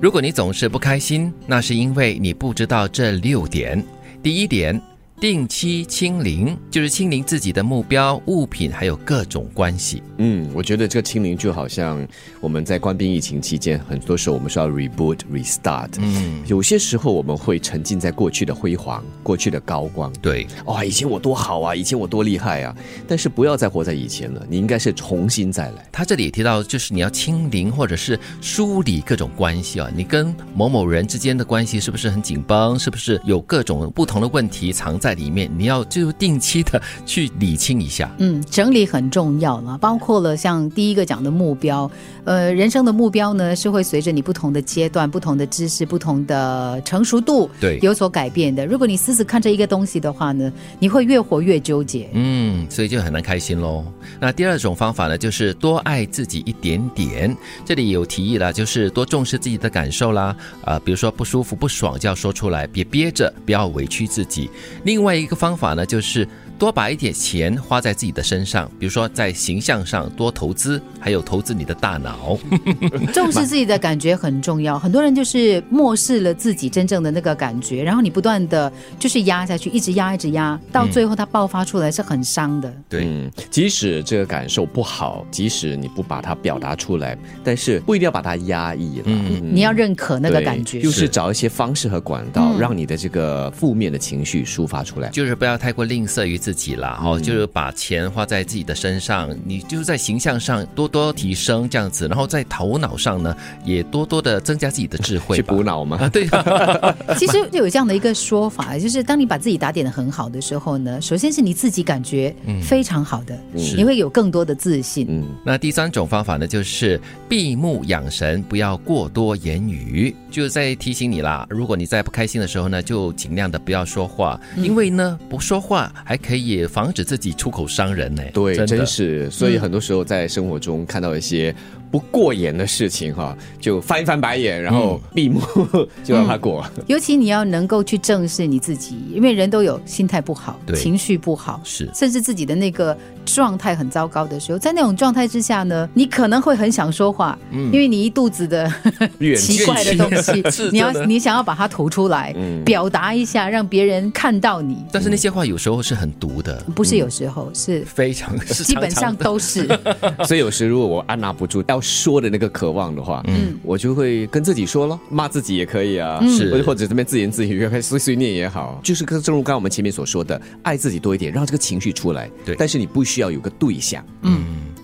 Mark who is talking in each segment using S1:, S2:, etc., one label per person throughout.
S1: 如果你总是不开心，那是因为你不知道这六点。第一点，定期清零，就是清零自己的目标、物品，还有各种关系。
S2: 嗯，我觉得这个清零就好像我们在官兵疫情期间，很多时候我们说要 reboot、restart。嗯，有些时候我们会沉浸在过去的辉煌、过去的高光。
S1: 对，
S2: 哇、以前我多好啊，以前我多厉害啊！但是不要再活在以前了，你应该是重新再来。
S1: 他这里也提到，就是你要清零或者是梳理各种关系啊，你跟某某人之间的关系是不是很紧绷？是不是有各种不同的问题藏在里面？你要就定期的去理清一下。
S3: 嗯，整理很重要了，包括了像第一个讲的目标，呃，人生的目标呢是会随着你不同的阶段、不同的知识、不同的成熟度，
S1: 对
S3: 有所改变的。如果你死死看着一个东西的话呢，你会越活越纠结。
S1: 嗯，所以就很难开心喽。那第二种方法呢，就是多爱自己一点点。这里有提议啦，就是多重视自己的感受啦，啊、比如说不舒服、不爽就要说出来，别憋着，不要委屈自己。另外一个方法呢，就是多把一点钱花在自己的身上，比如说在形象上多投资，还有投资你的大脑。
S2: 嗯
S3: 重视自己的感觉很重要，很多人就是漠视了自己真正的那个感觉，然后你不断的就是压下去，一直压，一直压，到最后它爆发出来是很伤的。
S1: 对
S2: 嗯，即使这个感受不好，即使你不把它表达出来，但是不一定要把它压抑了。
S1: 嗯
S3: 你要认可那个感觉嗯
S2: 对就是是找一些方式和管道，让你的这个负面的情绪抒发出来。
S1: 就是不要太过吝啬于自己啦，
S2: 嗯
S1: 哦，就是把钱花在自己的身上，你就是在形象上多多提升这样子，然后在头脑上呢，也多多的增加自己的智慧
S2: 去
S1: 吧
S2: 补。脑吗？
S1: 啊， 对啊，
S3: 其实有这样的一个说法， 就是当你把自己打点的很好的时候呢，首先是你自己感觉非常好的，
S1: 嗯是
S3: 你会有更多的自信。
S2: 嗯，
S1: 那第三种方法呢，就是闭目养神，不要过多言语，就是在提醒你啦。如果你在不开心的时候呢，就尽量的不要说话，
S2: 嗯
S1: 因为呢，不说话还可以防止自己出口伤人呢。
S2: 对，
S1: 真的
S2: 真是。所以很多时候在生活中看到一些不过眼的事情哈，就翻一翻白眼，然后
S1: 嗯
S2: 闭 目就让它过。
S3: 尤其你要能够去正视你自己，因为人都有心态不好、
S1: 对
S3: 情绪不好，
S1: 是
S3: 甚至自己的那个状态很糟糕的时候，在那种状态之下呢，你可能会很想说话，因为你一肚子的
S2: 怨气
S3: 奇怪的东西
S1: 嗯 是，
S3: 你要
S1: 真的嗯
S3: 你想要把它吐出来，表达一下，让别人看到你。
S1: 但是那些话有时候是很毒的，
S3: 不是有时候、是
S1: 非常是
S3: 基本
S1: 常常
S3: 上
S1: 的
S3: 都是。
S1: 嗯
S2: 所以有时如果我按捺不住要说的那个渴望的话，嗯，我就会跟自己说咯，骂自己也可以啊，
S1: 嗯是
S2: 或者或者这边自言自语，碎碎念也好，就是跟正如刚刚我们前面所说的，爱自己多一点，让这个情绪出来。
S1: 对
S2: 但是你不需要有个对象。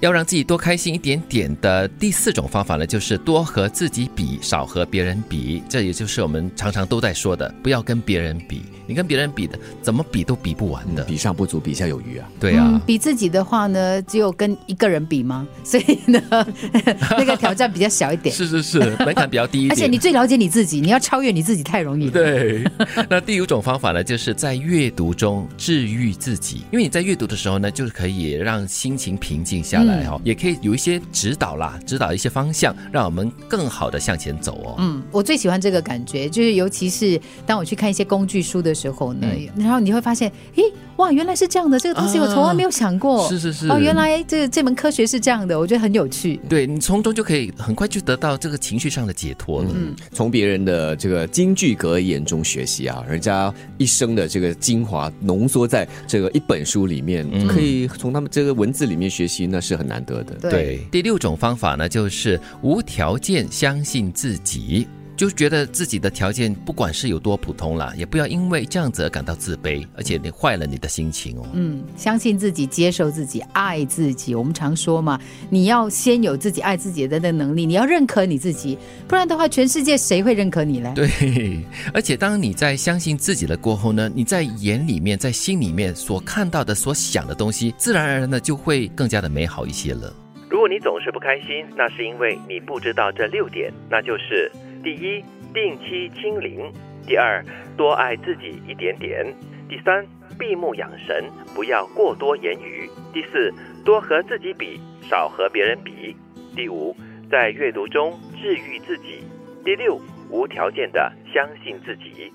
S1: 要让自己多开心一点点的第四种方法呢，就是多和自己比，少和别人比。这也就是我们常常都在说的，不要跟别人比。你跟别人比的，怎么比都比不完的。
S2: 比上不足，比下有余啊！
S1: 对啊，
S3: 嗯嗯比自己的话呢，只有跟一个人比吗？ 所以呢，那个挑战比较小一点。
S1: 是是是，门槛比较低一点。
S3: 而且你最了解你自己，你要超越你自己太容易 了。
S1: 对，啊那第五种方法呢，就是在阅读中治愈自己，因为你在阅读的时候呢，就是可以让心情平静下来
S3: 嗯
S1: 哦，也可以有一些指导啦，指导一些方向，让我们更好的向前走哦。
S3: 嗯，我最喜欢这个感觉，就是尤其是当我去看一些工具书的时候呢，然后你会发现，诶，哇，原来是这样的，这个东西
S1: 嗯啊
S3: 我从来没有想过。
S1: 是是是
S3: 哦，原来这这门科学是这样的，我觉得很有趣。
S1: 对你从中就可以很快就得到这个情绪上的解脱了。嗯，
S2: 从别人的这个金句格言中学习啊，人家一生的这个精华浓缩在这个一本书里面，可以从他们这个文字里面学习，那是很难得的。
S3: 对
S1: 第六种方法呢，就是无条件相信自己。就觉得自己的条件不管是有多普通啦，也不要因为这样子而感到自卑，而且你坏了你的心情哦。
S3: 嗯，相信自己，接受自己，爱自己。我们常说嘛，你要先有自己爱自己的那个能力，你要认可你自己，不然的话，全世界谁会认可你嘞？
S1: 对，而且当你在相信自己了过后呢，你在眼里面、在心里面所看到的、所想的东西，自然而然的就会更加的美好一些了。
S4: 如果你总是不开心，那是因为你不知道这六点，那就是：第一，定期清零；第二，多爱自己一点点；第三，闭目养神，不要过多言语；第四，多和自己比，少和别人比；第五，在阅读中治愈自己；第六，无条件的相信自己。